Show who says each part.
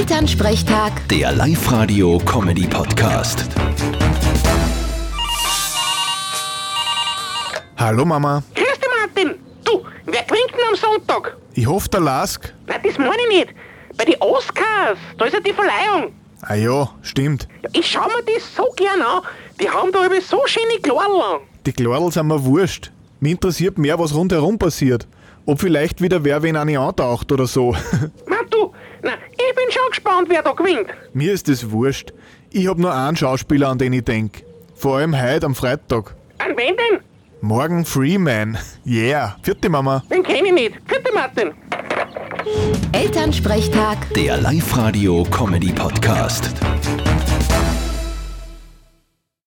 Speaker 1: Elternsprechtag,
Speaker 2: Der Live-Radio-Comedy-Podcast.
Speaker 3: Hallo Mama.
Speaker 4: Grüß dich, Martin. Du, wer gewinnt denn am Sonntag?
Speaker 3: Ich hoffe, der Lask.
Speaker 4: Nein, das meine ich nicht. Bei den Oscars, da ist ja die Verleihung.
Speaker 3: Ah ja, stimmt.
Speaker 4: Ja, ich schau mir das so gern an. Die haben da über so schöne Klarlang.
Speaker 3: Die Klardel sind mir wurscht. Mich interessiert mehr, was rundherum passiert. Ob vielleicht wieder wer wen eine antaucht oder so.
Speaker 4: Mann, du, na, ich bin schon gespannt, wer da gewinnt.
Speaker 3: Mir ist das wurscht. Ich hab nur einen Schauspieler, an den ich denk. Vor allem heute am Freitag.
Speaker 4: An wen denn?
Speaker 3: Morgen Freeman. Yeah. Vierte Mama.
Speaker 4: Den kenn ich nicht. Bitte, Martin.
Speaker 1: Elternsprechtag.
Speaker 2: Der Live-Radio-Comedy-Podcast.